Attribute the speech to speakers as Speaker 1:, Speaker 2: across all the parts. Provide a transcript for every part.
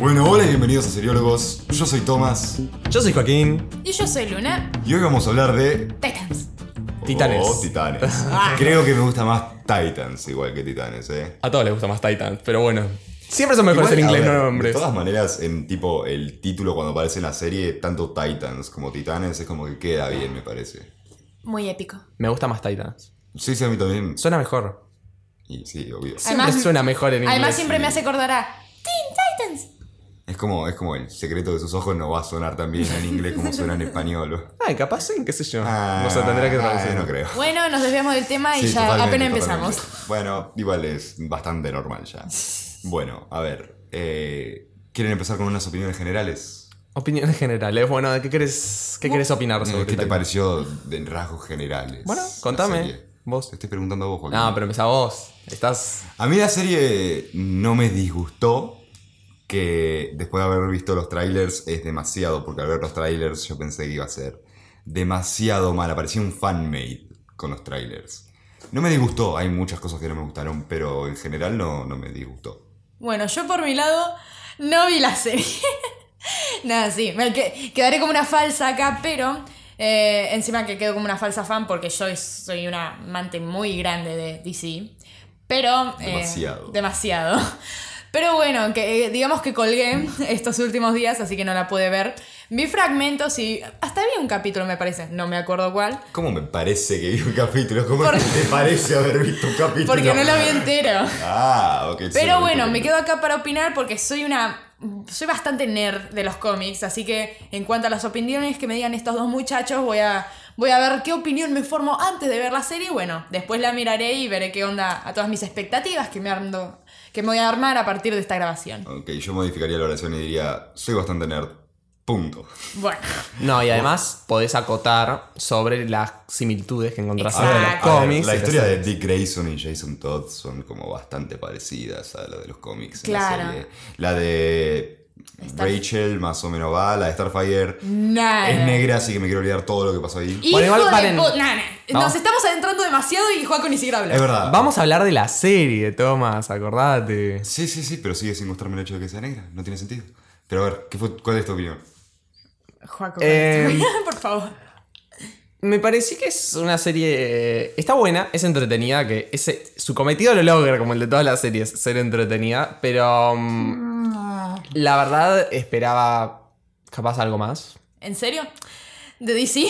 Speaker 1: Bueno, hola y bienvenidos a Seriólogos. Yo soy Tomás
Speaker 2: Yo soy Joaquín.
Speaker 3: Y yo soy Luna.
Speaker 1: y hoy vamos a hablar de.
Speaker 3: Titans.
Speaker 2: Titanes.
Speaker 1: Oh, Titanes.
Speaker 4: Ah.
Speaker 1: Creo que me gusta más Titans igual que Titanes, eh.
Speaker 4: A todos les gusta más Titan, pero bueno. Siempre son mejores en
Speaker 1: Igual, a
Speaker 4: inglés,
Speaker 1: ver,
Speaker 4: no nombres.
Speaker 1: De todas maneras, en tipo el título cuando aparece en la serie, tanto Titans como Titanes es como que queda bien, me parece.
Speaker 3: Muy épico.
Speaker 4: Me gusta más Titans.
Speaker 1: Sí, sí, a mí también.
Speaker 4: Suena mejor.
Speaker 1: Y sí, obvio.
Speaker 4: Siempre
Speaker 3: Además-
Speaker 4: suena mejor en inglés.
Speaker 3: Además, siempre me hace acordar a Teen Titans.
Speaker 1: Es como, es como el secreto de sus ojos no va a sonar tan bien en inglés como suena en español.
Speaker 4: Ay, capaz, sí, qué sé yo.
Speaker 1: Ah,
Speaker 4: o sea, tendrá que
Speaker 1: eh,
Speaker 4: traducir.
Speaker 1: No creo.
Speaker 3: Bueno, nos desviamos del tema y
Speaker 1: Sí,
Speaker 3: ya
Speaker 1: totalmente,
Speaker 3: apenas empezamos.
Speaker 1: totalmente. Bueno, igual es bastante normal ya. Bueno, a ver. eh, ¿Quieren empezar con unas opiniones generales?
Speaker 4: Opiniones generales. ¿eh? Bueno, ¿de ¿qué querés, qué querés opinar sobre
Speaker 1: Eh, ¿Qué te
Speaker 4: Titan?
Speaker 1: pareció de rasgos generales?
Speaker 4: Bueno,
Speaker 1: la
Speaker 4: contame, Ah,
Speaker 1: serie? Este
Speaker 4: vos.
Speaker 1: Te estoy preguntando a vos, Joaquín.
Speaker 4: No, pero empezá vos. Estás.
Speaker 1: A mí la serie no me disgustó. Que después de haber visto los trailers es demasiado, porque al ver los trailers yo pensé que iba a ser demasiado mala. Parecía un fanmade con los trailers. No me disgustó, hay muchas cosas que no me gustaron, pero en general no, no me disgustó.
Speaker 3: Bueno, yo por mi lado no vi la serie. Nada, sí, me que- quedaré como una falsa acá, pero eh, encima que quedo como una falsa fan porque yo soy una amante muy grande de DC. Pero... eh,
Speaker 1: Demasiado.
Speaker 3: demasiado. Pero bueno, que, eh, digamos que colgué estos últimos días, así que no la pude ver. Vi fragmentos y hasta vi un capítulo, me parece, no me acuerdo cuál.
Speaker 1: ¿Cómo me parece que vi un capítulo? ¿Cómo
Speaker 3: Porque-
Speaker 1: te parece haber visto un capítulo?
Speaker 3: Porque no lo vi entero.
Speaker 1: Ah, ok. sí,
Speaker 3: Pero
Speaker 1: lo vi
Speaker 3: bueno,
Speaker 1: entero.
Speaker 3: me quedo acá para opinar porque soy una. Soy bastante nerd de los cómics, así que en cuanto a las opiniones que me digan estos dos muchachos, voy a, voy a ver qué opinión me formo antes de ver la serie. y Bueno, después la miraré y veré qué onda a todas mis expectativas que me, armando, que me voy a armar a partir de esta grabación.
Speaker 1: Ok, yo modificaría la oración y diría, soy bastante nerd. Punto.
Speaker 3: Bueno,
Speaker 4: No, y además podés acotar sobre las similitudes que encontrás
Speaker 1: A ver,
Speaker 4: entre
Speaker 3: Exacto.
Speaker 4: los
Speaker 1: a ver,
Speaker 4: cómics.
Speaker 1: la
Speaker 4: y
Speaker 1: historia
Speaker 4: las-
Speaker 1: de Dick Grayson y Jason Todd son como bastante parecidas a la de los cómics. en La,
Speaker 3: Claro.
Speaker 1: serie. la de
Speaker 3: Star-
Speaker 1: Rachel más o menos va, la de Starfire
Speaker 3: nada.
Speaker 1: es negra, así que me quiero olvidar todo lo que pasó ahí.
Speaker 3: Hijo
Speaker 4: Bueno, igual
Speaker 3: de
Speaker 4: paren.
Speaker 3: pu- nah, nah.
Speaker 4: No.
Speaker 3: Nos estamos adentrando demasiado y Juaco ni siquiera habla.
Speaker 1: Es verdad.
Speaker 4: Vamos a hablar de la serie, Tomás, acordate.
Speaker 1: Sí, sí, sí, pero sigue sin gustarme el hecho de que sea negra. No tiene sentido. Pero a ver, ¿qué fue- ¿cuál es tu opinión?
Speaker 3: Juaco,
Speaker 4: Eh,
Speaker 3: por favor.
Speaker 4: Me pareció que es una serie. Está buena, es entretenida, que ese, su cometido lo logra, como el de todas las series, ser entretenida. Pero. mm, la verdad, esperaba. Capaz algo más.
Speaker 3: ¿En serio? ¿De DC?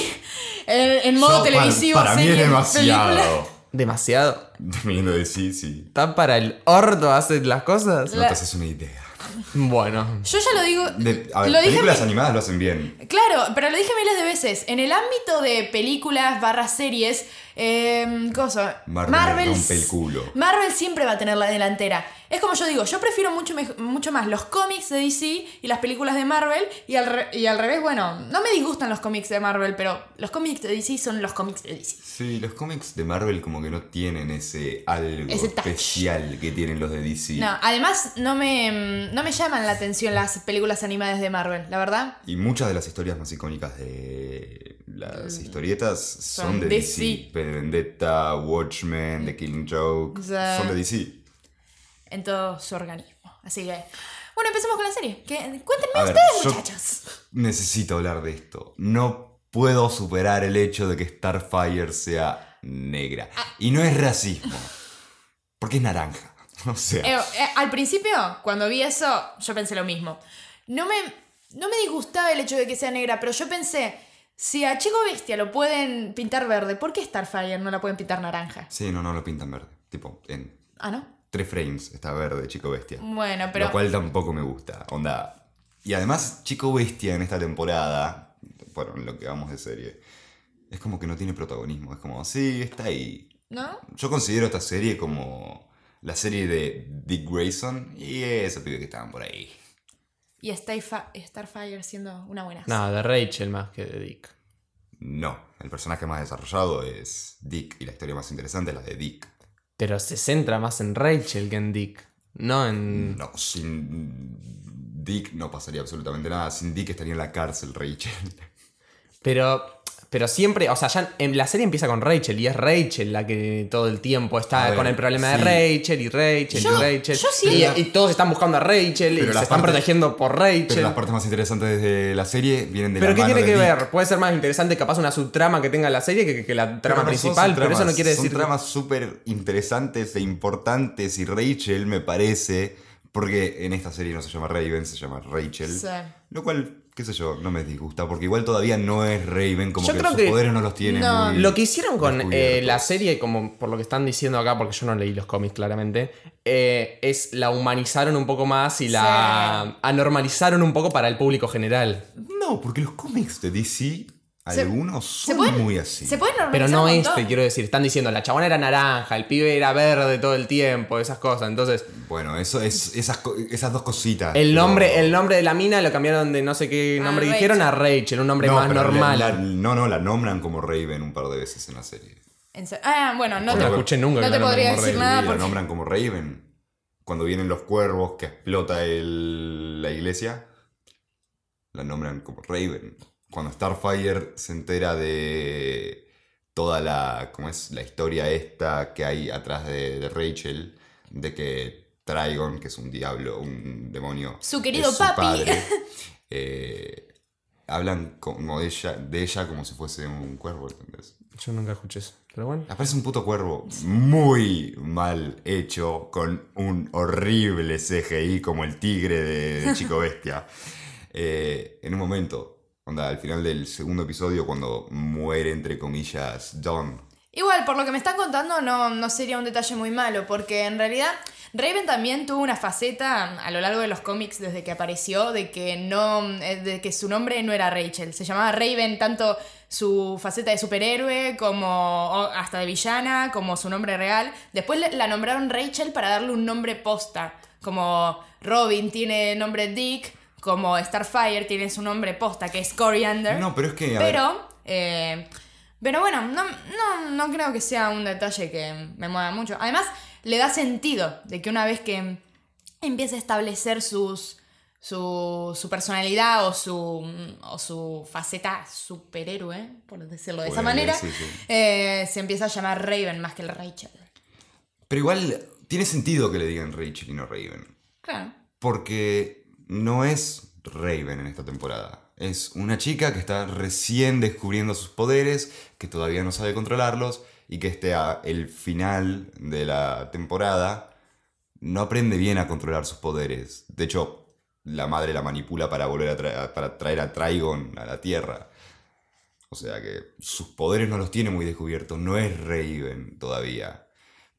Speaker 3: Eh, En,
Speaker 1: Yo,
Speaker 3: modo
Speaker 1: para-
Speaker 3: televisivo,
Speaker 1: Para, mí
Speaker 3: serie,
Speaker 1: es demasiado.
Speaker 3: película.
Speaker 4: Demasiado.
Speaker 1: Dependiendo de sí, sí.
Speaker 4: ¿Tan para el orto hacen las cosas?
Speaker 1: No te haces una idea.
Speaker 4: Bueno.
Speaker 3: Yo ya lo digo.
Speaker 1: De- a ver,
Speaker 3: lo dije.
Speaker 1: películas
Speaker 3: mi-
Speaker 1: animadas lo hacen bien.
Speaker 3: Claro, pero lo dije miles de veces. En el ámbito de películas barra series, eh, cosa,
Speaker 1: Marvel rompe el culo.
Speaker 3: Marvel siempre va a tener la delantera. Es como yo digo, yo prefiero mucho, mej- mucho más los cómics de DC y las películas de Marvel. Y al, re- y al revés, bueno, no me disgustan los cómics de Marvel, pero los cómics de DC son los cómics de DC.
Speaker 1: Sí, los cómics de Marvel como que no tienen ese algo
Speaker 3: Ese touch.
Speaker 1: especial que tienen los de DC.
Speaker 3: No, además no me, mm, no me llaman la atención las películas animadas de Marvel, la verdad.
Speaker 1: Y muchas de las historias más icónicas de las historietas son,
Speaker 3: Mm. son
Speaker 1: de DC.
Speaker 3: DC.
Speaker 1: P de Vendetta, Watchmen, The Killing Joke,
Speaker 3: O sea-
Speaker 1: son de DC.
Speaker 3: En todo su organismo. Así que, bueno, empecemos con la serie. Que, cuéntenme
Speaker 1: A ver,
Speaker 3: ustedes,
Speaker 1: yo-
Speaker 3: muchachos.
Speaker 1: Necesito hablar de esto. No puedo superar el hecho de que Starfire sea negra.
Speaker 3: Ah.
Speaker 1: Y no es racismo. Porque es naranja. O sea.
Speaker 3: Eh, eh, al principio, cuando vi eso, yo pensé lo mismo. No me, no me disgustaba el hecho de que sea negra, pero yo pensé, si a Chico Bestia lo pueden pintar verde, ¿por qué Starfire no la pueden pintar naranja?
Speaker 1: Sí, no, no lo pintan verde. Tipo, en
Speaker 3: Ah, ¿no?
Speaker 1: tres frames está verde, chico bestia.
Speaker 3: Bueno, pero...
Speaker 1: Lo cual tampoco me gusta. Onda. Y además, chico bestia en esta temporada, bueno, en lo que vamos de serie, es como que no tiene protagonismo. Es como, sí, está ahí.
Speaker 3: ¿No?
Speaker 1: Yo considero esta serie como la serie de Dick Grayson y esos pibes que estaban por ahí.
Speaker 3: Y Starfa- Starfire siendo una buena.
Speaker 4: No, de Rachel más que de Dick.
Speaker 1: No, el personaje más desarrollado es Dick y la historia más interesante es la de Dick.
Speaker 4: Pero se centra más en Rachel que en Dick. No en.
Speaker 1: No, sin Dick no pasaría absolutamente nada. Sin Dick estaría en la cárcel, Rachel.
Speaker 4: Pero Pero siempre, o sea, ya en la serie empieza con Rachel y es Rachel la que todo el tiempo está
Speaker 1: A ver,
Speaker 4: con el problema
Speaker 1: sí.
Speaker 4: de Rachel y Rachel
Speaker 3: Yo-
Speaker 4: y Rachel.
Speaker 3: yo sí-
Speaker 4: y, y todos están buscando a Rachel y
Speaker 1: Pero
Speaker 4: se
Speaker 1: la
Speaker 4: están
Speaker 1: parte-
Speaker 4: protegiendo por Rachel.
Speaker 1: Pero las partes más interesantes de la serie vienen de
Speaker 4: ¿Pero
Speaker 1: la
Speaker 4: qué
Speaker 1: mano
Speaker 4: tiene
Speaker 1: de
Speaker 4: que
Speaker 1: Dick.
Speaker 4: ver? Puede ser más interesante capaz una subtrama que tenga la serie que, que la trama
Speaker 1: Pero no son
Speaker 4: principal, pero eso no
Speaker 1: subtramas,
Speaker 4: quiere decir...
Speaker 1: Son tramas súper interesantes e importantes y Rachel me parece, porque en esta serie no se llama Raven, se llama Rachel.
Speaker 3: Sí.
Speaker 1: Lo cual, qué sé yo, no me disgusta, porque igual todavía no es Raven, como
Speaker 4: Yo
Speaker 1: que
Speaker 4: creo
Speaker 1: sus
Speaker 4: que-
Speaker 1: poderes no los tiene.
Speaker 3: no.
Speaker 1: muy
Speaker 4: Lo que hicieron con eh,
Speaker 1: descubiertos.
Speaker 4: la serie, como por lo que están diciendo acá, porque yo no leí los cómics claramente, eh, es la humanizaron un poco más y la anormalizaron un poco para el público general.
Speaker 1: No, porque los cómics de DC,
Speaker 3: Se-
Speaker 1: algunos
Speaker 3: ¿Se
Speaker 1: son
Speaker 3: pueden,
Speaker 1: muy así.
Speaker 3: Se pueden normalizar
Speaker 4: Pero no
Speaker 3: un
Speaker 4: este,
Speaker 3: montón.
Speaker 4: quiero decir, están diciendo, la chabona era naranja, el pibe era verde todo el tiempo, esas cosas. Entonces,
Speaker 1: Bueno, eso es, esas, co- esas dos cositas.
Speaker 4: el
Speaker 1: pero-
Speaker 4: nombre, el nombre de la mina lo cambiaron de no sé qué
Speaker 3: A
Speaker 4: nombre dijeron a Rachel, un nombre
Speaker 1: No,
Speaker 4: más
Speaker 1: pero la-
Speaker 4: normal.
Speaker 1: la- no, no, la nombran como Raven un par de veces en la serie.
Speaker 3: En se- Ah, bueno, no
Speaker 1: No
Speaker 3: te,
Speaker 1: la
Speaker 4: escuché nunca
Speaker 3: No
Speaker 4: que
Speaker 3: te
Speaker 4: la
Speaker 3: podría
Speaker 4: nombró
Speaker 3: decir
Speaker 1: Sí,
Speaker 3: nada
Speaker 1: la
Speaker 3: porque.
Speaker 1: nombran como Raven. Cuando vienen los cuervos que explota el- la iglesia, la nombran como Raven. Cuando Starfire se entera de toda la, ¿cómo es? la historia esta que hay atrás de, de Rachel, de que Trigon, que es un diablo, un demonio,
Speaker 3: Su querido
Speaker 1: es
Speaker 3: papi.
Speaker 1: eh, hablan como de ella, de ella como si fuese un cuervo, ¿entendés?
Speaker 4: Yo nunca escuché eso, pero bueno.
Speaker 1: Aparece un puto cuervo muy mal hecho, con un horrible CGI como el tigre de, de Chico Bestia. Eh, en un momento, onda, al final del segundo episodio, cuando muere, entre comillas, Don.
Speaker 3: Igual, por lo que me están contando, no, no sería un detalle muy malo, porque en realidad Raven también tuvo una faceta a lo largo de los cómics desde que apareció, de que no, eh, de que su nombre no era Rachel. Se llamaba Raven tanto su faceta de superhéroe como o hasta de villana, como su nombre real. Después le- la nombraron Rachel para darle un nombre posta, como Robin tiene nombre Dick, como Starfire tiene su nombre posta, que es Coriander.
Speaker 1: No, pero es que. a ver,
Speaker 3: Pero, eh, pero bueno, no, no, no creo que sea un detalle que me mueva mucho. Además, le da sentido de que una vez que empieza a establecer sus, su, su personalidad o su, o su faceta superhéroe, por decirlo de esa
Speaker 1: Bueno,
Speaker 3: manera,
Speaker 1: sí, sí.
Speaker 3: eh, se empieza a llamar Raven más que el Rachel.
Speaker 1: pero igual tiene sentido que le digan Rachel y no Raven.
Speaker 3: Claro.
Speaker 1: Porque no es Raven en esta temporada. Es una chica que está recién descubriendo sus poderes, que todavía no sabe controlarlos y que este a- el final de la temporada no aprende bien a controlar sus poderes. De hecho, la madre la manipula para volver a tra- para traer a Trigon a la Tierra. O sea que sus poderes no los tiene muy descubiertos. No es Raven todavía.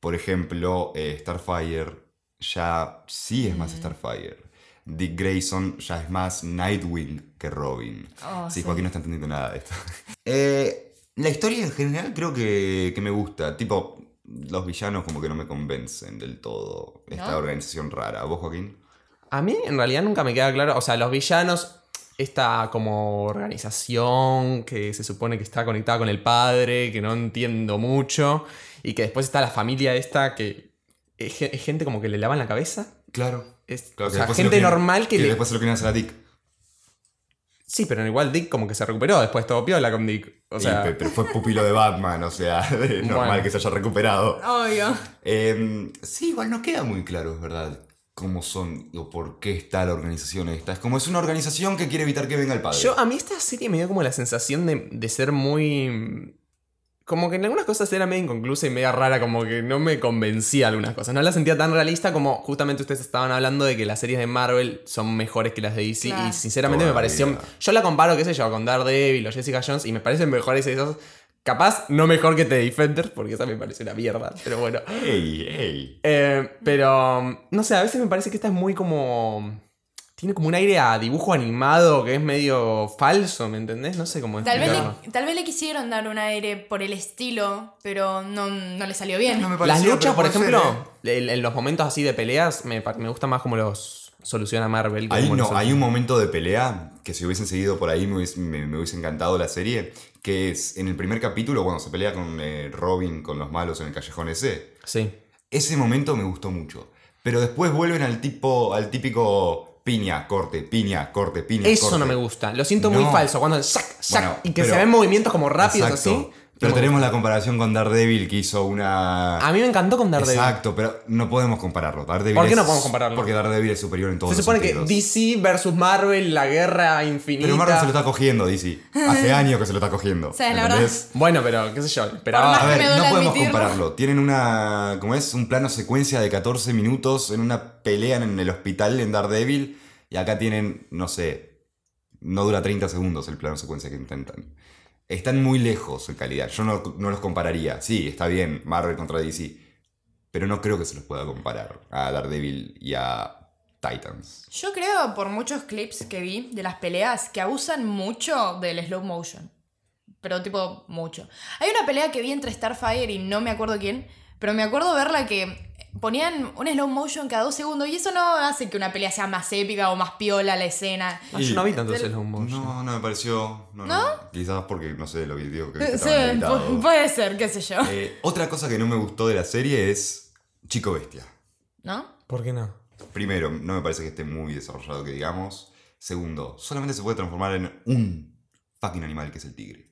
Speaker 1: Por ejemplo, eh, Starfire ya sí es más Starfire. Dick Grayson ya es más Nightwing que Robin.
Speaker 3: Oh,
Speaker 1: sí,
Speaker 3: sí.
Speaker 1: Joaquín no está entendiendo nada de esto. Eh, la historia en general creo que, que me gusta. Tipo, los villanos como que no me convencen del todo. Esta
Speaker 3: ¿No?
Speaker 1: organización rara. ¿Vos, Joaquín?
Speaker 4: A mí en realidad nunca me queda claro, o sea, los villanos, esta como organización que se supone que está conectada con el padre, que no entiendo mucho, y que después está la familia esta que es, ge- es gente como que le lavan la cabeza.
Speaker 1: Claro.
Speaker 4: Es,
Speaker 1: Claro, que
Speaker 4: o sea,
Speaker 1: después se lo
Speaker 4: gente
Speaker 1: quieren-
Speaker 4: normal que, le...
Speaker 1: después se lo quieren hacer a Dick.
Speaker 4: Sí, pero igual Dick como que se recuperó, después todo piola con Dick. O
Speaker 1: Y
Speaker 4: sea,
Speaker 1: pe- pero fue pupilo de Batman, o sea, es normal
Speaker 4: Bueno.
Speaker 1: que se haya recuperado.
Speaker 3: Obvio.
Speaker 1: Em, sí, igual no queda muy claro, es verdad, cómo son o por qué está la organización esta. Es como es una organización que quiere evitar que venga el padre.
Speaker 4: Yo, a mí esta serie me dio como la sensación de, de ser muy... Como que en algunas cosas era medio inconclusa y media rara, como que no me convencía algunas cosas. No la sentía tan realista como justamente ustedes estaban hablando de que las series de Marvel son mejores que las de DC.
Speaker 3: Claro.
Speaker 4: Y sinceramente me
Speaker 1: Todavía.
Speaker 4: pareció... Yo la comparo, qué sé yo, con Daredevil o Jessica Jones y me parecen mejores esas. Capaz no mejor que The Defenders, porque esa me parece una mierda. Pero bueno.
Speaker 1: ¡Ey, ey!
Speaker 4: Eh, pero, um, no sé, a veces me parece que esta es muy como... Tiene como un aire a dibujo animado que es medio falso, ¿me entendés? No sé cómo
Speaker 3: Tal vez,
Speaker 4: explicarlo.
Speaker 3: le, tal vez le quisieron dar un aire por el estilo, pero no, no le salió bien.
Speaker 1: No me
Speaker 4: Las
Speaker 1: pareció,
Speaker 4: luchas,
Speaker 1: pero
Speaker 4: por
Speaker 1: puede ser,
Speaker 4: ejemplo,
Speaker 1: ¿eh?
Speaker 4: en, en los momentos así de peleas, me, pa- me gusta más como los soluciona Marvel. que
Speaker 1: Ahí
Speaker 4: cómo
Speaker 1: no,
Speaker 4: los-
Speaker 1: hay un momento de pelea que si hubiesen seguido por ahí me hubiese, me- me hubiese encantado la serie, que es en el primer capítulo cuando se pelea con eh, Robin, con los malos en el callejón ese.
Speaker 4: Sí.
Speaker 1: Ese momento me gustó mucho. Pero después vuelven al tipo, al típico piña, corte, piña, corte, piña.
Speaker 4: Eso
Speaker 1: corte.
Speaker 4: no me gusta. Lo siento muy
Speaker 1: No.
Speaker 4: falso. Cuando el sac, sac,
Speaker 1: Bueno,
Speaker 4: y que
Speaker 1: pero-
Speaker 4: se ven movimientos como rápidos
Speaker 1: Exacto.
Speaker 4: así.
Speaker 1: Pero
Speaker 4: No me
Speaker 1: tenemos la comparación con Daredevil que hizo una.
Speaker 4: A mí me encantó con Ah, Daredevil.
Speaker 1: Exacto, pero no podemos compararlo. Daredevil
Speaker 4: ¿Por qué
Speaker 1: es-
Speaker 4: no podemos compararlo?
Speaker 1: Porque Daredevil es superior en todos
Speaker 4: Se
Speaker 1: los
Speaker 4: supone
Speaker 1: sentidos.
Speaker 4: que DC versus Marvel, la guerra infinita.
Speaker 1: Pero Marvel se lo está cogiendo, DC. Hace años que se lo está cogiendo.
Speaker 3: Sí, la verdad.
Speaker 1: ¿entendés?
Speaker 4: Bueno, pero qué sé yo.
Speaker 1: A
Speaker 3: Por
Speaker 4: Esperaba.
Speaker 3: más- Me
Speaker 1: ver,
Speaker 3: duele
Speaker 1: no podemos
Speaker 3: admitirlo.
Speaker 1: compararlo. Tienen una. ¿Cómo es? Un plano secuencia de 14 minutos en una pelea en el hospital en Daredevil. Y acá tienen, no sé. No dura 30 segundos el plano secuencia que intentan. Están muy lejos en calidad. Yo no, no los compararía. Sí, está bien, Marvel contra DC. Pero no creo que se los pueda comparar a Daredevil y a Titans.
Speaker 3: Yo creo, por muchos clips que vi de las peleas, que abusan mucho del slow motion. Pero tipo, mucho. Hay una pelea que vi entre Starfire y no me acuerdo quién, pero me acuerdo verla que ponían un slow motion cada dos segundos y eso no hace que una pelea sea más épica o más piola la escena.
Speaker 4: Ah, yo no vi tantos slow motion.
Speaker 1: No, no me pareció. No, no. Quizás porque, no sé, lo vi, digo que. que
Speaker 3: Sí,
Speaker 1: estaban editados.
Speaker 3: pu- puede ser, qué sé yo.
Speaker 1: Eh, otra cosa que no me gustó de la serie es Chico Bestia.
Speaker 3: ¿No?
Speaker 4: ¿Por qué no?
Speaker 1: Primero, no me parece que esté muy desarrollado, que digamos. Segundo, solamente se puede transformar en un fucking animal que es el tigre.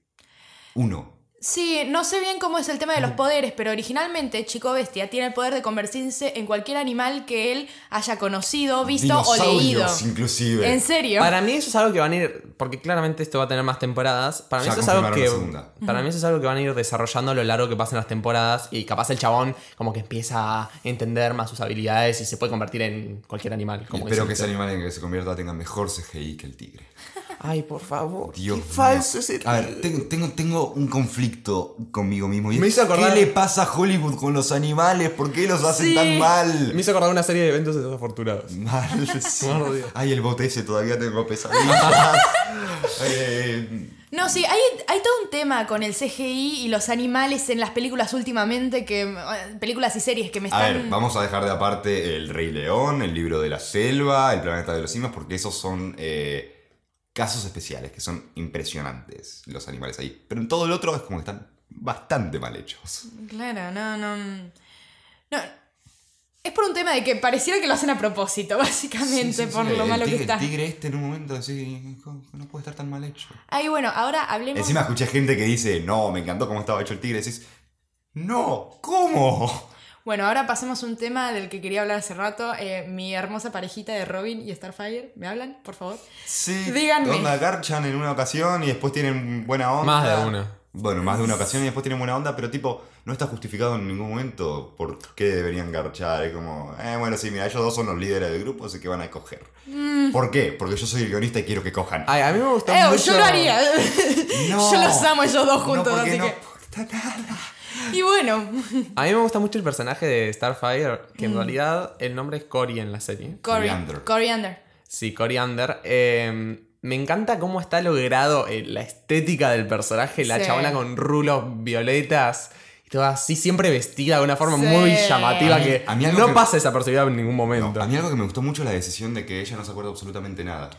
Speaker 1: Uno.
Speaker 3: Sí, no sé bien cómo es el tema de los poderes, pero originalmente Chico Bestia tiene el poder de convertirse en cualquier animal que él haya conocido, visto o leído.
Speaker 1: Dinosaurios, inclusive.
Speaker 3: ¿En serio?
Speaker 4: Para mí eso es algo que van a ir, porque claramente esto va a tener más temporadas. Para mí
Speaker 1: Ya
Speaker 4: eso es algo
Speaker 1: confirmaron
Speaker 4: que
Speaker 1: la segunda.
Speaker 4: para mí eso es algo que van a ir desarrollando a lo largo que pasen las temporadas y capaz el chabón como que empieza a entender más sus habilidades y se puede convertir en cualquier animal. Como
Speaker 1: Espero que ese
Speaker 4: existe.
Speaker 1: animal en el que se convierta tenga mejor CGI que el tigre.
Speaker 4: Ay, por favor.
Speaker 1: Dios
Speaker 4: qué
Speaker 1: mío.
Speaker 4: falso ese.
Speaker 1: A ver, tengo, tengo, tengo un conflicto conmigo mismo. y
Speaker 4: Me
Speaker 1: es,
Speaker 4: hizo acordar-
Speaker 1: ¿Qué le pasa a Hollywood con los animales? ¿Por qué los hacen tan mal?
Speaker 4: Me hizo acordar una serie de eventos desafortunados.
Speaker 1: Mal. sí.
Speaker 4: Por Dios.
Speaker 1: Ay, el bote ese todavía tengo pesadillas. Eh,
Speaker 3: No, sí, hay, hay todo un tema con el CGI y los animales en las películas últimamente, que eh, películas y series que me
Speaker 1: a
Speaker 3: están...
Speaker 1: ver, vamos a dejar de aparte el Rey León, el libro de la selva, el planeta de los simios, porque esos son eh, casos especiales que son impresionantes los animales ahí. Pero en todo el otro es como que están bastante mal hechos.
Speaker 3: Claro, no, no... No, es por un tema de que pareciera que lo hacen a propósito, básicamente,
Speaker 1: Sí, sí, sí,
Speaker 3: por
Speaker 1: el
Speaker 3: lo malo
Speaker 1: tigre-
Speaker 3: que está.
Speaker 1: El tigre este en un momento así, ¿cómo- no puede estar tan mal hecho.
Speaker 3: Ay, bueno, ahora hablemos...
Speaker 1: Encima escuché gente que dice, no, me encantó cómo estaba hecho el tigre. Y decís, no, ¿cómo?
Speaker 3: Bueno, ahora pasemos a un tema del que quería hablar hace rato. Eh, mi hermosa parejita de Robin y Starfire, ¿me hablan, por favor?
Speaker 1: Sí,
Speaker 3: Díganme.
Speaker 1: Onda garchan en una ocasión y después tienen buena onda.
Speaker 4: Más de una.
Speaker 1: Bueno, más de una ocasión y después tienen buena onda, pero tipo, no está justificado en ningún momento por qué deberían garchar. Es como, eh, bueno, sí, mira, ellos dos son los líderes del grupo, así que van a coger.
Speaker 3: Mm.
Speaker 1: ¿Por qué? Porque yo soy el guionista y quiero que cojan.
Speaker 4: Ay, a mí me gustó
Speaker 3: Eh,
Speaker 4: mucho.
Speaker 3: yo lo haría.
Speaker 1: No.
Speaker 3: Yo los amo ellos dos
Speaker 1: No,
Speaker 3: juntos,
Speaker 1: porque
Speaker 3: así
Speaker 1: no
Speaker 3: que...
Speaker 1: aporta nada.
Speaker 3: Y bueno,
Speaker 4: A mí me gusta mucho el personaje de Starfire, que
Speaker 1: Mm.
Speaker 4: en realidad el nombre es Cory en la serie.
Speaker 1: Coriander.
Speaker 3: Coriander. Coriander.
Speaker 4: Sí, Coriander. Eh, me encanta cómo está logrado eh, la estética del personaje, la
Speaker 3: Sí.
Speaker 4: chabona con rulos violetas y toda así, siempre vestida de una forma
Speaker 3: Sí.
Speaker 4: muy llamativa
Speaker 1: A mí-
Speaker 4: que
Speaker 1: a mí algo
Speaker 4: no
Speaker 1: que-
Speaker 4: pasa desapercibida en ningún
Speaker 1: No,
Speaker 4: momento.
Speaker 1: a mí algo que me gustó mucho es la decisión de que ella no se acuerda absolutamente nada.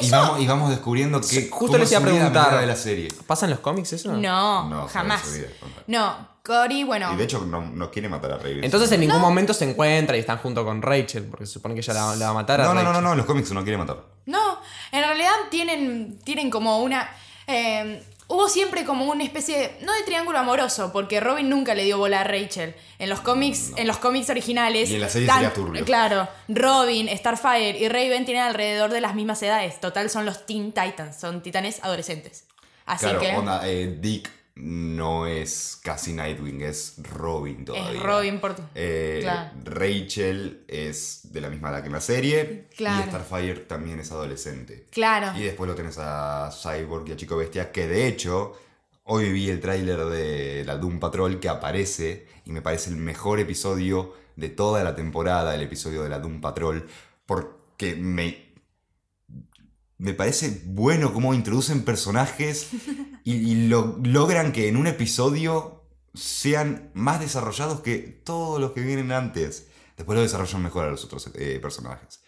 Speaker 1: Y vamos, y vamos descubriendo que
Speaker 4: Sí, justo
Speaker 1: cómo
Speaker 4: les iba a
Speaker 1: es su vida a
Speaker 4: preguntar.
Speaker 1: medida de la serie.
Speaker 4: ¿Pasa en los cómics eso?
Speaker 3: No,
Speaker 1: No,
Speaker 3: jamás.
Speaker 1: se me olvida, compa.
Speaker 3: No, Cory, bueno.
Speaker 1: Y de hecho no, no quiere matar a Raven.
Speaker 4: Entonces en ningún momento se encuentra y están junto con Rachel, porque se supone que ella la, la va a matar a
Speaker 1: No, no, no,
Speaker 4: Rachel.
Speaker 1: no, no, en los cómics no quiere matar.
Speaker 3: No, en realidad tienen, tienen como una... eh, hubo siempre como una especie, de- no de triángulo amoroso, porque Robin nunca le dio bola a Rachel. En los cómics, en los cómics originales...
Speaker 1: Y en la serie sería turbio.
Speaker 3: Claro, Robin, Starfire y Raven tienen alrededor de las mismas edades. Total son los Teen Titans, son titanes adolescentes. Así
Speaker 1: claro,
Speaker 3: que
Speaker 1: onda, eh, Dick no es casi Nightwing, es Robin todavía.
Speaker 3: es Robin por tu...
Speaker 1: Eh,
Speaker 3: Claro.
Speaker 1: Rachel es de la misma edad que en la serie.
Speaker 3: Claro. Ah.
Speaker 1: Y Starfire también es adolescente.
Speaker 3: Claro.
Speaker 1: Y después lo tenés a Cyborg y a Chico Bestia, que de hecho, hoy vi el tráiler de la Doom Patrol que aparece y me parece el mejor episodio de toda la temporada, el episodio de la Doom Patrol, porque me... Me parece bueno cómo introducen personajes y, y lo- logran que en un episodio sean más desarrollados que todos los que vienen antes. Después lo desarrollan mejor a los otros eh, personajes.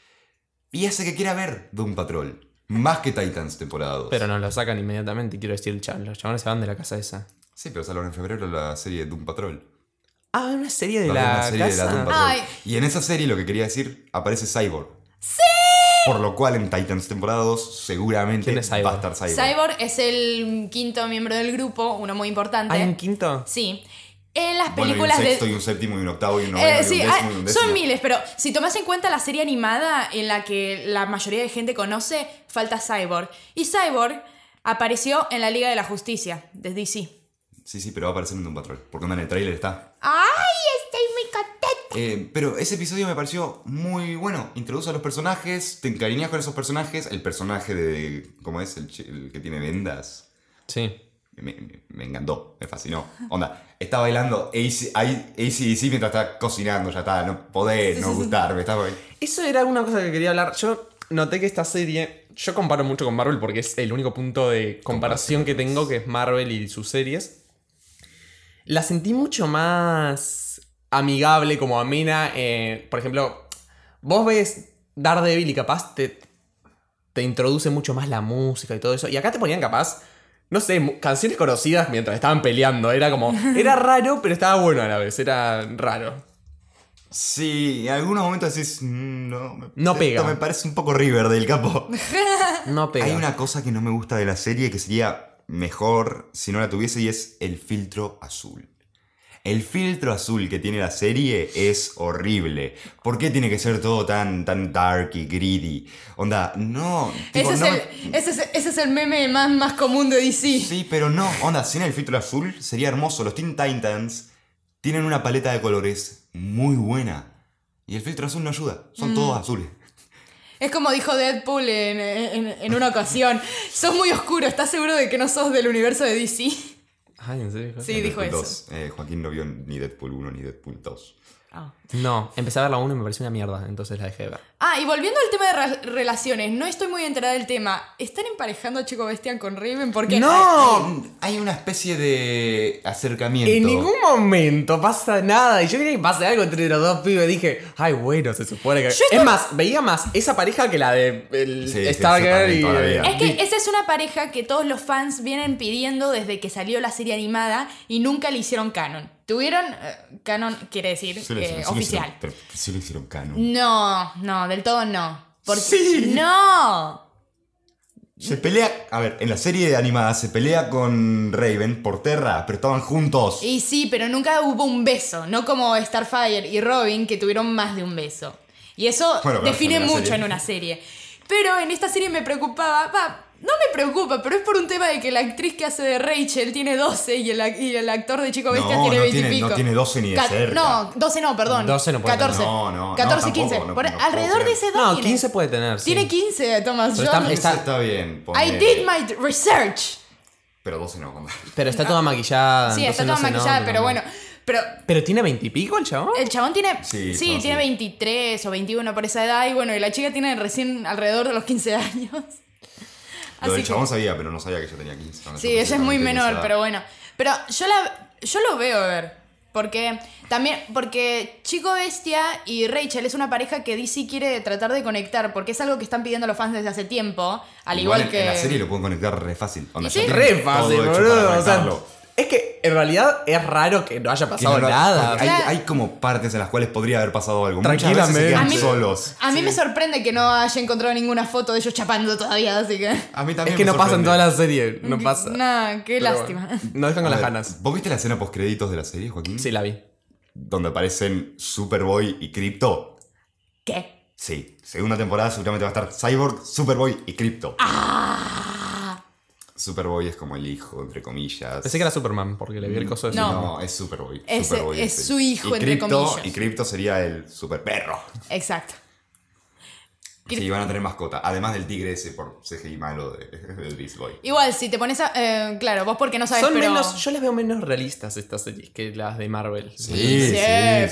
Speaker 1: Y hace que quiera ver Doom Patrol. Más que Titans temporada 2.
Speaker 4: Pero nos lo sacan inmediatamente y quiero decir, cha- los chabones se van de la casa esa.
Speaker 1: Sí, pero salió en febrero la serie Doom Patrol.
Speaker 4: Ah, una serie de
Speaker 1: Va a haber
Speaker 4: la,
Speaker 1: una serie de
Speaker 4: casa.
Speaker 1: Doom Patrol.
Speaker 3: Ay.
Speaker 1: Y en esa serie, lo que quería decir, aparece Cyborg. Por lo cual en Titans temporada 2 seguramente
Speaker 4: ¿Quién es Cyborg?
Speaker 1: va a estar Cyborg.
Speaker 3: Cyborg es el quinto miembro del grupo, uno muy importante.
Speaker 4: ¿Hay un quinto?
Speaker 3: Sí. En las
Speaker 1: Bueno, y
Speaker 3: películas
Speaker 1: un sexto
Speaker 3: de.
Speaker 1: y un séptimo y un octavo y un noveno
Speaker 3: Eh,
Speaker 1: y un
Speaker 3: sí,
Speaker 1: décimo
Speaker 3: ah,
Speaker 1: y un décimo.
Speaker 3: son miles, pero si tomas en cuenta la serie animada en la que la mayoría de gente conoce, falta Cyborg. Y Cyborg apareció en la Liga de la Justicia, de DC.
Speaker 1: Sí, sí, pero va a aparecer en Doom Patrol. Porque onda en el tráiler está.
Speaker 3: ¡Ay, estoy muy contenta!
Speaker 1: Eh, pero ese episodio me pareció muy bueno. Introduce a los personajes, te encariñas con esos personajes. El personaje de. ¿Cómo es? El, chi- el que tiene vendas.
Speaker 4: Sí.
Speaker 1: Me, me- me encantó, me fascinó. Onda, está bailando AC, ACDC mientras está cocinando, ya está. No podés no gustarme, está bien.
Speaker 4: Eso era una cosa que quería hablar. Yo noté que esta serie. Yo comparo mucho con Marvel porque es el único punto de comparación que tengo, que es Marvel y sus series. La sentí mucho más amigable, como amena. eh, por ejemplo, vos ves Daredevil y capaz te, te introduce mucho más la música y todo eso. Y acá te ponían capaz, no sé, mu- canciones conocidas mientras estaban peleando. Era como, era raro, pero estaba bueno a la vez. Era raro.
Speaker 1: Sí, en algunos momentos decís. "Mm, No, me-
Speaker 4: No
Speaker 1: esto
Speaker 4: pega.
Speaker 1: me parece un poco River del capo.
Speaker 4: No pega.
Speaker 1: Ah, Hay una cosa que no me gusta de la serie que sería mejor si no la tuviese y es el filtro azul. El filtro azul que tiene la serie es horrible. ¿Por qué tiene que ser todo tan, tan dark y greedy? Onda, no. tipo,
Speaker 3: Ese, es
Speaker 1: no me-
Speaker 3: el, ese, es, ese es el meme más, más común de DC.
Speaker 1: Sí, pero no. Onda, sin el filtro azul sería hermoso. Los Teen Titans tienen una paleta de colores muy buena. Y el filtro azul no ayuda. Son
Speaker 3: Mm.
Speaker 1: todos azules.
Speaker 3: Es como dijo Deadpool en, en- en una ocasión. Sos muy oscuro, ¿estás seguro de que no sos del universo de DC?
Speaker 4: Ay, ¿en serio?
Speaker 3: Sí, dijo
Speaker 1: Deadpool
Speaker 3: eso.
Speaker 1: 2. Eh, Joaquín no vio ni Deadpool 1 ni Deadpool 2.
Speaker 3: Ah.
Speaker 4: No, empecé a ver la 1 y me pareció una mierda, entonces la dejé de ver.
Speaker 3: Ah, y volviendo al tema de ra- relaciones, no estoy muy enterada del tema. ¿Están emparejando a Chico Bestian con Raven? ¿Por qué? Eh,
Speaker 1: No, mm, hay una especie de acercamiento.
Speaker 4: En ningún momento pasa nada. Y yo quería que pase algo entre los dos pibes. Dije, ay, bueno, se supone que. Es más, veía más esa pareja que la de el
Speaker 1: Sí, sí, eso
Speaker 4: Stargirl
Speaker 1: también
Speaker 4: y.
Speaker 1: todavía.
Speaker 3: Es que esa es una pareja que todos los fans vienen pidiendo desde que salió la serie animada y nunca le hicieron canon. Tuvieron. eh, canon quiere decir
Speaker 1: Sí lo
Speaker 3: eh,
Speaker 1: hicieron, sí lo
Speaker 3: oficial.
Speaker 1: hicieron, pero sí lo hicieron canon.
Speaker 3: No, no, del todo no. Porque-
Speaker 1: Sí.
Speaker 3: ¡No! Mm.
Speaker 1: Se pelea. A ver, en la serie animada se pelea con Raven por Terra, pero estaban juntos.
Speaker 3: Y sí, pero nunca hubo un beso. No como Starfire y Robin, que tuvieron más de un beso. Y eso
Speaker 1: Bueno, pero
Speaker 3: define
Speaker 1: en una
Speaker 3: mucho
Speaker 1: serie.
Speaker 3: en una serie. Pero en esta serie me preocupaba. va, no me preocupa, pero es por un tema de que la actriz que hace de Rachel tiene 12 y el, ac- y el actor de Chico
Speaker 1: No,
Speaker 3: Bestia tiene
Speaker 1: no
Speaker 3: 20 y
Speaker 1: tiene- no
Speaker 3: pico.
Speaker 1: tiene 12 ni de
Speaker 3: Cat-
Speaker 1: cerca.
Speaker 3: No, 12 no, perdón.
Speaker 4: 12 no puede
Speaker 3: 14.
Speaker 1: tener. No, no, no,
Speaker 3: 14,
Speaker 1: tampoco,
Speaker 3: 15.
Speaker 1: no,
Speaker 3: Por-
Speaker 1: no puedo
Speaker 3: alrededor de
Speaker 1: creer.
Speaker 3: ese edad
Speaker 4: No,
Speaker 3: tiene.
Speaker 4: 15 puede tener. sí.
Speaker 3: Tiene 15, Thomas
Speaker 4: Pero está-
Speaker 3: John.
Speaker 1: Está, Ah, está bien.
Speaker 3: I
Speaker 1: ponele.
Speaker 3: did my research.
Speaker 1: Pero 12 no. onda.
Speaker 4: Pero está toda maquillada.
Speaker 3: Sí, está
Speaker 4: Ah, entonces
Speaker 3: toda
Speaker 4: no se
Speaker 3: maquillada,
Speaker 4: nota.
Speaker 3: pero bueno. Eh, Pero
Speaker 4: Pero tiene 20 y pico el chabón.
Speaker 3: el chabón tiene. Sí,
Speaker 1: Sí, no,
Speaker 3: tiene
Speaker 1: sí.
Speaker 3: 23 o 21 por esa edad. Y bueno, y la chica tiene recién alrededor de los 15 años.
Speaker 1: Lo del
Speaker 3: que-
Speaker 1: chabón sabía, pero no sabía que yo tenía 15. no, yo
Speaker 3: Sí, ella es muy
Speaker 1: seguramente tenía
Speaker 3: menor,
Speaker 1: esa
Speaker 3: pero
Speaker 1: edad.
Speaker 3: bueno. Pero yo la yo lo veo a ver. Porque también, porque Chico Bestia y Rachel es una pareja que DC quiere tratar de conectar, porque es algo que están pidiendo los fans desde hace tiempo, al igual,
Speaker 1: en-
Speaker 3: que...
Speaker 1: En la serie lo pueden conectar re fácil. onda,
Speaker 3: Y
Speaker 1: ya
Speaker 3: sí.
Speaker 1: tienen
Speaker 4: Re
Speaker 1: todo
Speaker 4: fácil,
Speaker 1: hecho para
Speaker 4: boludo. O sea,
Speaker 1: conectarlo.
Speaker 4: es que en realidad es raro que no haya
Speaker 1: Que
Speaker 4: pasado
Speaker 1: no lo-
Speaker 4: nada.
Speaker 1: Hay,
Speaker 3: Claro.
Speaker 1: hay como partes en las cuales podría haber pasado algo. Muchas veces se
Speaker 4: Tranquilamente.
Speaker 1: quedan
Speaker 3: A mí-
Speaker 1: solos.
Speaker 3: A mí me sorprende que no haya encontrado ninguna foto de ellos chapando todavía, así que...
Speaker 1: A mí
Speaker 4: Es
Speaker 1: también
Speaker 4: que
Speaker 1: me
Speaker 4: no pasa
Speaker 1: sorprende.
Speaker 4: en toda la serie. No pasa.
Speaker 3: Nah, qué
Speaker 4: Pero
Speaker 3: lástima.
Speaker 4: bueno, Nos dejan con
Speaker 1: A
Speaker 4: las
Speaker 1: ver,
Speaker 4: ganas.
Speaker 1: ¿Vos viste la escena postcréditos de la serie, Joaquín?
Speaker 4: Sí, la vi.
Speaker 1: Donde aparecen Superboy y Crypto.
Speaker 3: ¿Qué?
Speaker 1: Sí, segunda temporada seguramente va a estar Cyborg, Superboy y Crypto.
Speaker 3: Ah.
Speaker 1: Superboy es como el hijo, entre comillas.
Speaker 4: Pensé que era Superman, porque le vi el coso de
Speaker 3: No.
Speaker 4: Superman.
Speaker 1: No, es Superboy.
Speaker 3: Es-
Speaker 1: Superboy
Speaker 3: es
Speaker 1: el-
Speaker 3: su hijo,
Speaker 1: y
Speaker 3: entre
Speaker 1: Crypto-
Speaker 3: comillas.
Speaker 1: Y Crypto sería el superperro.
Speaker 3: Exacto. Cri-
Speaker 1: Sí, van a tener mascota. Además del tigre ese por CGI malo de, del Beast Boy.
Speaker 3: Igual, si te pones a... eh, claro, vos porque no sabes,
Speaker 4: Son
Speaker 3: pero...
Speaker 4: menos, yo las veo menos realistas estas series que las de Marvel.
Speaker 3: Sí,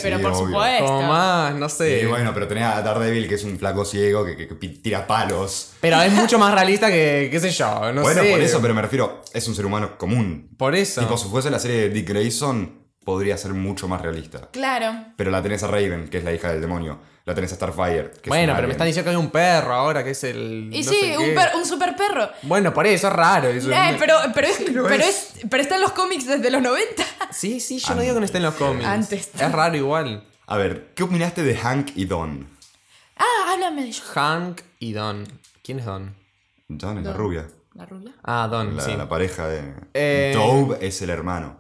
Speaker 3: pero por
Speaker 1: obvio.
Speaker 3: supuesto.
Speaker 4: Como más, no sé.
Speaker 1: Y bueno, pero tenés a Daredevil, que es un flaco ciego que, que- que pi- tira palos.
Speaker 4: Pero es mucho más realista que, qué sé yo, no
Speaker 1: bueno,
Speaker 4: sé.
Speaker 1: por eso, pero me refiero, es un ser humano común.
Speaker 4: Por eso.
Speaker 1: Tipo, si fuese la serie de Dick Grayson, podría ser mucho más realista.
Speaker 3: Claro.
Speaker 1: Pero la tenés a Raven, que es la hija del demonio. La tenés a Starfire, que es
Speaker 4: bueno,
Speaker 1: un
Speaker 4: pero
Speaker 1: alien.
Speaker 4: me están diciendo que hay un perro ahora que es el.
Speaker 3: Y
Speaker 4: no
Speaker 3: sí,
Speaker 4: sé
Speaker 3: un,
Speaker 4: qué.
Speaker 3: per- un super perro.
Speaker 4: Bueno, por eso es raro. eso es
Speaker 3: Eh,
Speaker 4: un-
Speaker 3: pero, pero, es,
Speaker 1: lo
Speaker 3: pero,
Speaker 1: es.
Speaker 3: es- pero está en los cómics desde los 90.
Speaker 4: Sí, sí, yo no digo que no esté en los cómics.
Speaker 3: Antes.
Speaker 4: Es raro igual.
Speaker 1: A ver, ¿qué opinaste de Hank y Don?
Speaker 3: Ah, Háblame de John.
Speaker 4: Hank y Don. ¿Quién es Don?
Speaker 1: John es la rubia.
Speaker 3: ¿La rubia?
Speaker 4: Ah, Don,
Speaker 1: La,
Speaker 4: sí.
Speaker 1: la pareja de.
Speaker 4: Eh.
Speaker 1: Dove es el hermano.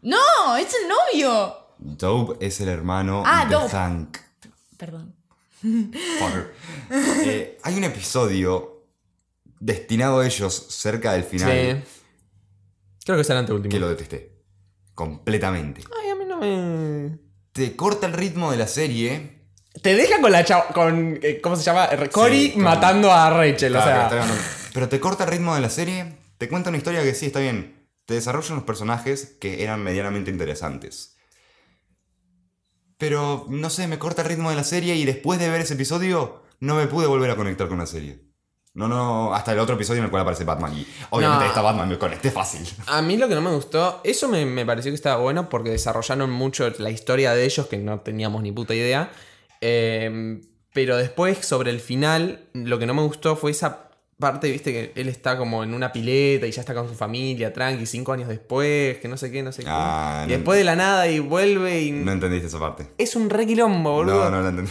Speaker 3: ¡No! ¡Es el novio!
Speaker 1: Dove es el hermano
Speaker 3: Ah,
Speaker 1: de
Speaker 3: Dove.
Speaker 1: Hank.
Speaker 3: Perdón.
Speaker 1: Fucker. Eh, hay un episodio destinado a ellos cerca del final
Speaker 4: Sí. Creo que es el anteúltimo.
Speaker 1: que lo detesté. Completamente.
Speaker 4: Ay, a mí no me.
Speaker 1: Te corta el ritmo de la serie.
Speaker 4: Te deja con la chava. Con, eh, ¿Cómo se llama? R- Cory
Speaker 1: con-
Speaker 4: matando a Rachel.
Speaker 1: Claro,
Speaker 4: o sea.
Speaker 1: pero está- Pero te corta el ritmo de la serie. Te cuenta una historia que sí está bien. Te desarrollan los personajes que eran medianamente interesantes. Pero no sé, me corta el ritmo de la serie y después de ver ese episodio no me pude volver a conectar con la serie. No, no, hasta el otro episodio en el cual aparece Batman. Y obviamente
Speaker 4: No.
Speaker 1: esta Batman me conecté fácil.
Speaker 4: A mí lo que no me gustó, eso me, me pareció que estaba bueno porque desarrollaron mucho la historia de ellos que no teníamos ni puta idea. Eh, pero después, sobre el final, lo que no me gustó fue esa parte, viste, que él está como en una pileta y ya está con su familia, tranqui, cinco años después, que no sé qué, no sé qué.
Speaker 1: Ah,
Speaker 4: y
Speaker 1: no-
Speaker 4: después de la nada y vuelve y...
Speaker 1: No entendiste esa parte.
Speaker 4: Es un re quilombo, boludo.
Speaker 1: No, no la entendí.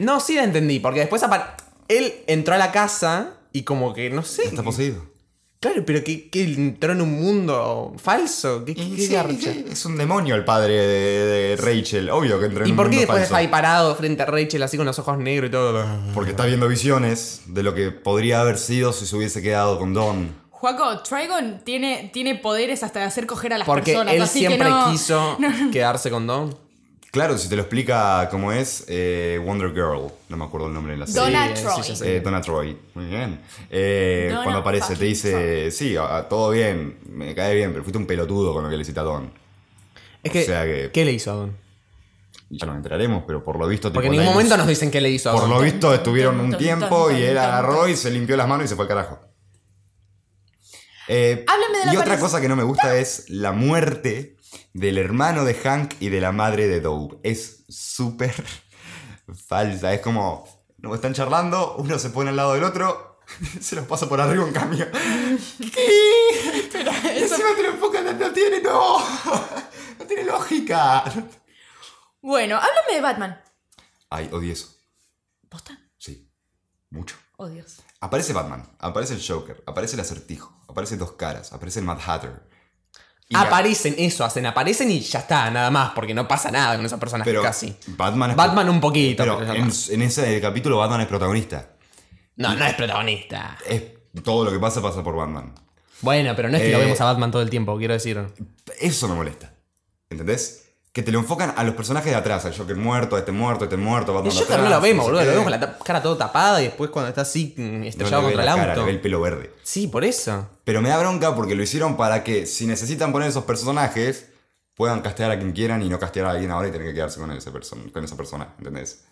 Speaker 4: No, sí la entendí, porque después apar- él entró a la casa y como que, no sé.
Speaker 1: Está poseído.
Speaker 4: Claro, pero que, que entró en un mundo falso. ¿Qué, qué
Speaker 1: Sí,
Speaker 4: garcha?
Speaker 1: sí, es un demonio el padre de, de Rachel. Obvio que entra en
Speaker 4: ¿Y
Speaker 1: un
Speaker 4: por qué
Speaker 1: mundo
Speaker 4: después
Speaker 1: falso.
Speaker 4: está ahí parado frente a Rachel así con los ojos negros y todo?
Speaker 1: Porque está viendo visiones de lo que podría haber sido si se hubiese quedado con Don.
Speaker 3: Juaco, Trigon tiene, tiene poderes hasta de hacer coger a las
Speaker 4: Porque
Speaker 3: personas.
Speaker 4: él
Speaker 3: así
Speaker 4: siempre
Speaker 3: que no-
Speaker 4: quiso quedarse con Don.
Speaker 1: Claro, si te lo explica cómo es, eh, Wonder Girl, no me acuerdo el nombre de la serie.
Speaker 3: Donna
Speaker 4: sí,
Speaker 3: Troy.
Speaker 4: ya sé.
Speaker 1: Eh, Donna Troy, muy bien. Eh,
Speaker 3: Donna
Speaker 1: cuando aparece te
Speaker 3: fucking
Speaker 1: dice, sí, a- a- todo bien, me cae bien, pero fuiste un pelotudo con lo que le hiciste a Don.
Speaker 4: Es
Speaker 1: O
Speaker 4: que,
Speaker 1: sea que-
Speaker 4: ¿Qué le hizo a Don?
Speaker 1: Ya nos enteraremos, pero por lo visto...
Speaker 4: Porque
Speaker 1: tipo,
Speaker 4: en ningún
Speaker 1: la-
Speaker 4: momento nos dicen qué le hizo a
Speaker 1: Por
Speaker 4: Don.
Speaker 1: lo visto estuvieron un
Speaker 3: Tum, tum,
Speaker 1: tiempo
Speaker 3: tum,
Speaker 1: y él
Speaker 3: tum,
Speaker 1: agarró y se limpió las manos y se fue al carajo. Eh,
Speaker 3: Háblame de la
Speaker 1: y otra
Speaker 3: pareja.
Speaker 1: cosa que no me gusta es la muerte del hermano de Hank y de la madre de Doug. Es súper falsa. Es como, no, están charlando, uno se pone al lado del otro, se los pasa por arriba un camión. ¿Qué? Espera, Encima te lo enfocan, no- no tiene, no. No tiene lógica.
Speaker 3: Bueno, háblame de Batman.
Speaker 1: Ay, odio eso.
Speaker 3: ¿Posta?
Speaker 1: Sí, mucho.
Speaker 3: Oh, Dios.
Speaker 1: Aparece Batman, aparece el Joker, aparece el acertijo, aparece dos caras, aparece el Mad Hatter. Y la-
Speaker 4: Aparecen, eso hacen, aparecen y ya está, nada más, porque no pasa nada con esos personajes
Speaker 1: pero
Speaker 4: casi.
Speaker 1: Batman es
Speaker 4: Batman un poquito.
Speaker 1: pero
Speaker 4: pero ya
Speaker 1: en,
Speaker 4: está.
Speaker 1: en ese capítulo Batman es protagonista.
Speaker 4: No, no es protagonista.
Speaker 1: Es, todo lo que pasa pasa por Batman.
Speaker 4: Bueno, pero no es que lo
Speaker 1: Eh,
Speaker 4: vemos a Batman todo el tiempo, quiero decir.
Speaker 1: Eso me molesta. ¿Entendés? Que te lo enfocan a los personajes de atrás, al Joker muerto, a este muerto, a este muerto, Batman
Speaker 4: El
Speaker 1: de
Speaker 4: Joker no
Speaker 1: atrás,
Speaker 4: lo vemos,
Speaker 1: sé
Speaker 4: boludo.
Speaker 1: qué.
Speaker 4: Lo vemos con la ta- cara todo tapada y después cuando está así mm,
Speaker 1: No le
Speaker 4: estrellado
Speaker 1: ve
Speaker 4: contra el
Speaker 1: la
Speaker 4: auto.
Speaker 1: cara, le ve el pelo verde.
Speaker 4: Sí, por eso.
Speaker 1: Pero me da bronca porque lo hicieron para que si necesitan poner esos personajes, puedan castear a quien quieran y no castear a alguien ahora y tener que quedarse con, ese perso- con esa persona, ¿entendés?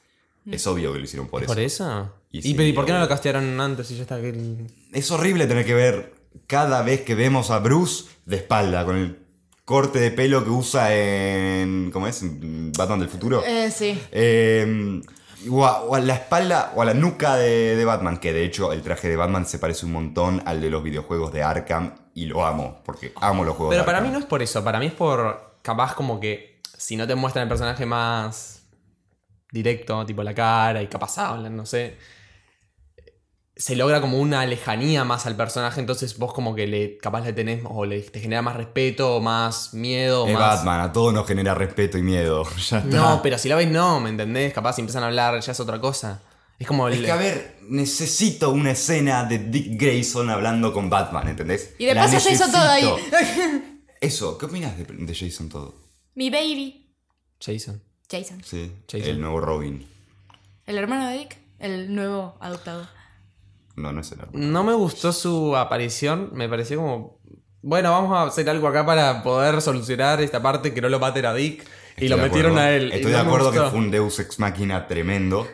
Speaker 1: Mm. Es obvio que lo hicieron por eso.
Speaker 4: ¿Por eso?
Speaker 1: Y
Speaker 4: ¿Y,
Speaker 1: sí,
Speaker 4: pero ¿y por qué no
Speaker 1: obvio.
Speaker 4: lo castearon antes y ya está? que-
Speaker 1: Es horrible tener que ver cada vez que vemos a Bruce de espalda, con el corte de pelo que usa en... ¿Cómo es? En Batman del
Speaker 4: Oh.
Speaker 1: futuro.
Speaker 3: Eh, sí.
Speaker 1: Eh, o, a, o a la espalda o a la nuca de, de Batman, que de hecho el traje de Batman se parece un montón al de los videojuegos de Arkham y lo amo, porque amo los juegos
Speaker 4: Pero
Speaker 1: de
Speaker 4: para mí
Speaker 1: Arkham.
Speaker 4: no es por eso. Para mí es por capaz como que si no te muestran el personaje más directo, tipo la cara y capaz hablan, no sé. Se logra como una lejanía más al personaje, entonces vos como que le capaz le tenés o le te genera más respeto, o más miedo, o
Speaker 1: Es
Speaker 4: más.
Speaker 1: Batman, a todos nos genera respeto y miedo. Ya está.
Speaker 4: No, pero si la ves no, ¿me entendés? Capaz si empiezan a hablar ya es otra cosa. Es como
Speaker 1: Es
Speaker 4: el-
Speaker 1: que, a ver, necesito una escena de Dick Grayson hablando con Batman, ¿entendés?
Speaker 3: Y de
Speaker 1: La
Speaker 3: paso ya hizo todo ahí.
Speaker 1: necesito. Eso, ¿qué opinas de, de Jason Todo?
Speaker 3: Mi baby.
Speaker 4: Jason.
Speaker 3: Jason.
Speaker 1: Sí,
Speaker 4: Jason.
Speaker 1: el nuevo Robin.
Speaker 3: El hermano de Dick. El nuevo adoptado.
Speaker 1: No, no es el hermano.
Speaker 4: No me gustó su aparición, me pareció como. Bueno, vamos a hacer algo acá para poder solucionar esta parte que no lo maten a Dick.
Speaker 1: Estoy
Speaker 4: y lo
Speaker 1: de
Speaker 4: metieron
Speaker 1: acuerdo.
Speaker 4: a él. y
Speaker 1: Estoy
Speaker 4: no
Speaker 1: de
Speaker 4: me
Speaker 1: acuerdo que
Speaker 4: gustó.
Speaker 1: fue un Deus ex máquina tremendo.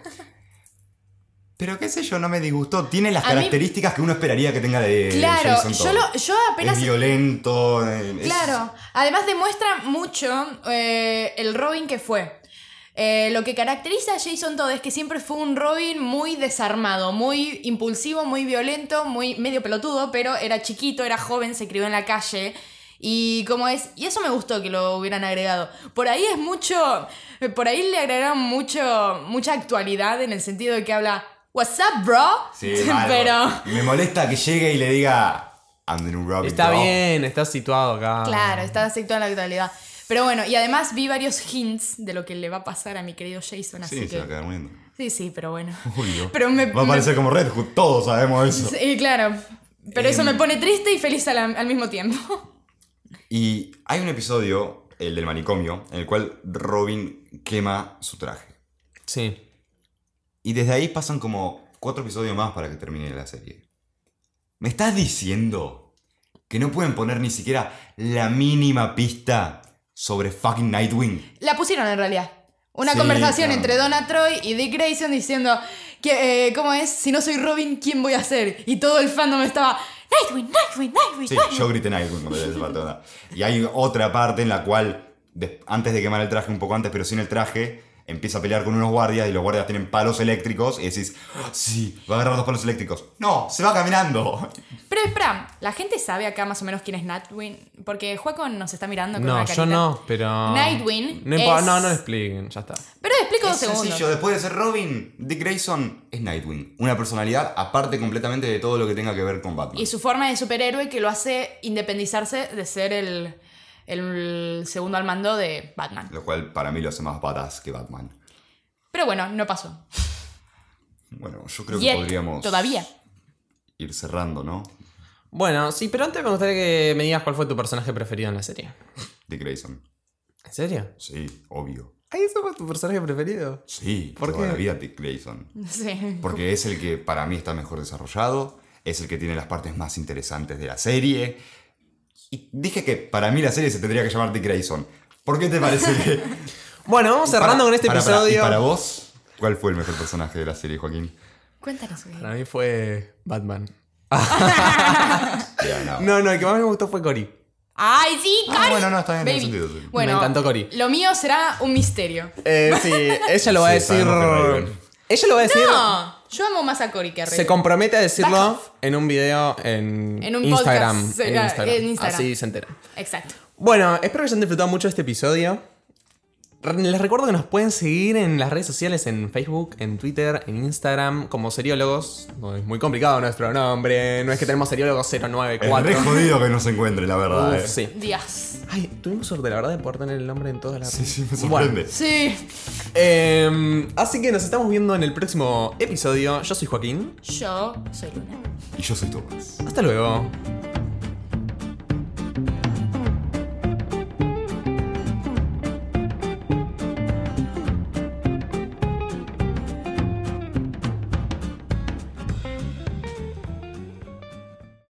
Speaker 1: Pero qué sé yo, no me disgustó. Tiene las
Speaker 3: A mí-
Speaker 1: características que uno esperaría que tenga de
Speaker 3: claro,
Speaker 1: Jason
Speaker 3: yo,
Speaker 1: Todd.
Speaker 3: lo, yo apenas.
Speaker 1: Es violento. eh, es-
Speaker 3: Claro, además demuestra mucho eh, el Robin que fue. Eh, lo que caracteriza a Jason Todd es que siempre fue un Robin muy desarmado, muy impulsivo, muy violento, muy medio pelotudo, pero era chiquito, era joven, se crió en la calle Y como es, y eso me gustó que lo hubieran agregado. Por ahí es mucho, por ahí le agregaron mucho, mucha actualidad en el sentido de que habla, what's up, bro?
Speaker 1: Sí,
Speaker 3: pero...
Speaker 1: bárbaro. Me molesta que llegue y le diga. Andrew Robin.
Speaker 4: Está
Speaker 1: bro".
Speaker 4: bien, está situado acá.
Speaker 1: Ah.
Speaker 3: Claro, está aceptado en la actualidad. Pero bueno, y además vi varios hints de lo que le va a pasar a mi querido Jason, así
Speaker 1: Sí, se
Speaker 3: que...
Speaker 1: va a quedar muriendo.
Speaker 3: Sí, sí, pero bueno.
Speaker 1: Julio.
Speaker 3: Pero me,
Speaker 1: Va a
Speaker 3: me-
Speaker 1: parecer como Red Hood, todos sabemos eso.
Speaker 3: Sí, claro. Pero
Speaker 1: Em.
Speaker 3: eso me pone triste y feliz a la- al, mismo tiempo.
Speaker 1: Y hay un episodio, el del manicomio, en el cual Robin quema su traje.
Speaker 4: Sí.
Speaker 1: Y desde ahí pasan como cuatro episodios más para que termine la serie. ¿Me estás diciendo que no pueden poner ni siquiera la mínima pista sobre fucking Nightwing?
Speaker 3: La pusieron en realidad. Una
Speaker 1: Sí,
Speaker 3: conversación
Speaker 1: claro.
Speaker 3: entre Donna Troy y Dick Grayson diciendo que, eh, ¿cómo es? Si no soy Robin, ¿quién voy a ser? Y todo el fandom estaba, Nightwing, Nightwing, Nightwing,
Speaker 1: Sí,
Speaker 3: Nightwing".
Speaker 1: yo grité Nightwing cuando esa parte, ¿verdad? Y hay otra parte en la cual, des- antes de quemar el traje, un poco antes, pero sin el traje, empieza a pelear con unos guardias y los guardias tienen palos eléctricos y decís, "Ah, sí, va a agarrar los palos eléctricos. No, se va caminando.
Speaker 3: Pero espera, la gente sabe acá más o menos quién es Nightwing, porque Juaco nos está mirando con
Speaker 4: No,
Speaker 3: una
Speaker 4: yo
Speaker 3: carita.
Speaker 4: no, pero.
Speaker 3: Nightwing
Speaker 4: No, importa,
Speaker 3: es-
Speaker 4: no, no lo expliquen, ya está.
Speaker 3: Pero te explico
Speaker 1: Es
Speaker 3: dos segundos.
Speaker 1: sencillo, después de ser Robin, Dick Grayson es Nightwing. Una personalidad aparte completamente de todo lo que tenga que ver con Batman.
Speaker 3: Y su forma de superhéroe que lo hace independizarse de ser el, el segundo al mando de Batman.
Speaker 1: Lo cual para mí lo hace más badass que Batman.
Speaker 3: Pero bueno, no pasó.
Speaker 1: Bueno, yo creo
Speaker 3: Yet,
Speaker 1: que podríamos
Speaker 3: Todavía.
Speaker 1: ir cerrando, ¿no?
Speaker 4: Bueno, sí, pero antes me gustaría que me digas cuál fue tu personaje preferido en la serie.
Speaker 1: Dick Grayson.
Speaker 4: ¿En serio?
Speaker 1: Sí, obvio.
Speaker 4: ¿Ahí eso fue tu personaje preferido?
Speaker 1: Sí,
Speaker 4: ¿Por
Speaker 1: toda
Speaker 4: qué?
Speaker 1: la vida Dick Grayson.
Speaker 3: Sí.
Speaker 1: Porque es el que para mí está mejor desarrollado, es el que tiene las partes más interesantes de la serie. Y dije que para mí la serie se tendría que llamar Dick Grayson. ¿Por qué te parece que
Speaker 4: Bueno, vamos cerrando
Speaker 1: Para-
Speaker 4: con este
Speaker 1: para- para-
Speaker 4: episodio.
Speaker 1: ¿Y para vos? ¿Cuál fue el mejor personaje de la serie, Joaquín?
Speaker 3: Cuéntanos. güey.
Speaker 4: Para mí fue Batman.
Speaker 1: Ya, no.
Speaker 4: No, no, el que más me gustó fue Cory.
Speaker 3: ¡Ay, sí,
Speaker 1: Ah,
Speaker 3: Cari!
Speaker 1: bueno, no, está bien, tiene
Speaker 3: Baby.
Speaker 1: sentido, sí.
Speaker 3: Bueno,
Speaker 4: Me encantó Cory.
Speaker 3: Lo mío será un misterio.
Speaker 4: Eh, sí, ella lo va a
Speaker 1: Sí,
Speaker 4: decir.
Speaker 1: sabemos que Raven.
Speaker 4: Ella lo va a decir.
Speaker 3: No, yo amo más a Cory que a Rey.
Speaker 4: Se compromete a
Speaker 3: Back
Speaker 4: decirlo en un video en,
Speaker 3: En un
Speaker 4: Instagram,
Speaker 3: podcast,
Speaker 4: en
Speaker 3: claro,
Speaker 4: Instagram.
Speaker 3: en Instagram.
Speaker 4: Así se entera.
Speaker 3: Exacto.
Speaker 4: Bueno, espero que hayan disfrutado mucho este episodio. Re- Les recuerdo que nos pueden seguir en las redes sociales, en Facebook, en Twitter, en Instagram, como seriólogos. No, es muy complicado nuestro nombre, no es que tenemos seriólogos
Speaker 1: Es
Speaker 4: 094.
Speaker 1: re jodido que no se encuentre, la verdad.
Speaker 4: Uf,
Speaker 1: eh.
Speaker 4: sí.
Speaker 3: Dios.
Speaker 4: Ay, tuvimos suerte, la verdad, de poder tener el nombre en todas las
Speaker 1: Sí, sí, me
Speaker 4: Bueno,
Speaker 1: sorprende.
Speaker 3: Sí.
Speaker 4: em, así que nos estamos viendo en el próximo episodio. Yo soy Joaquín.
Speaker 3: Yo soy Luna.
Speaker 1: Y yo soy Tomás.
Speaker 4: Hasta luego.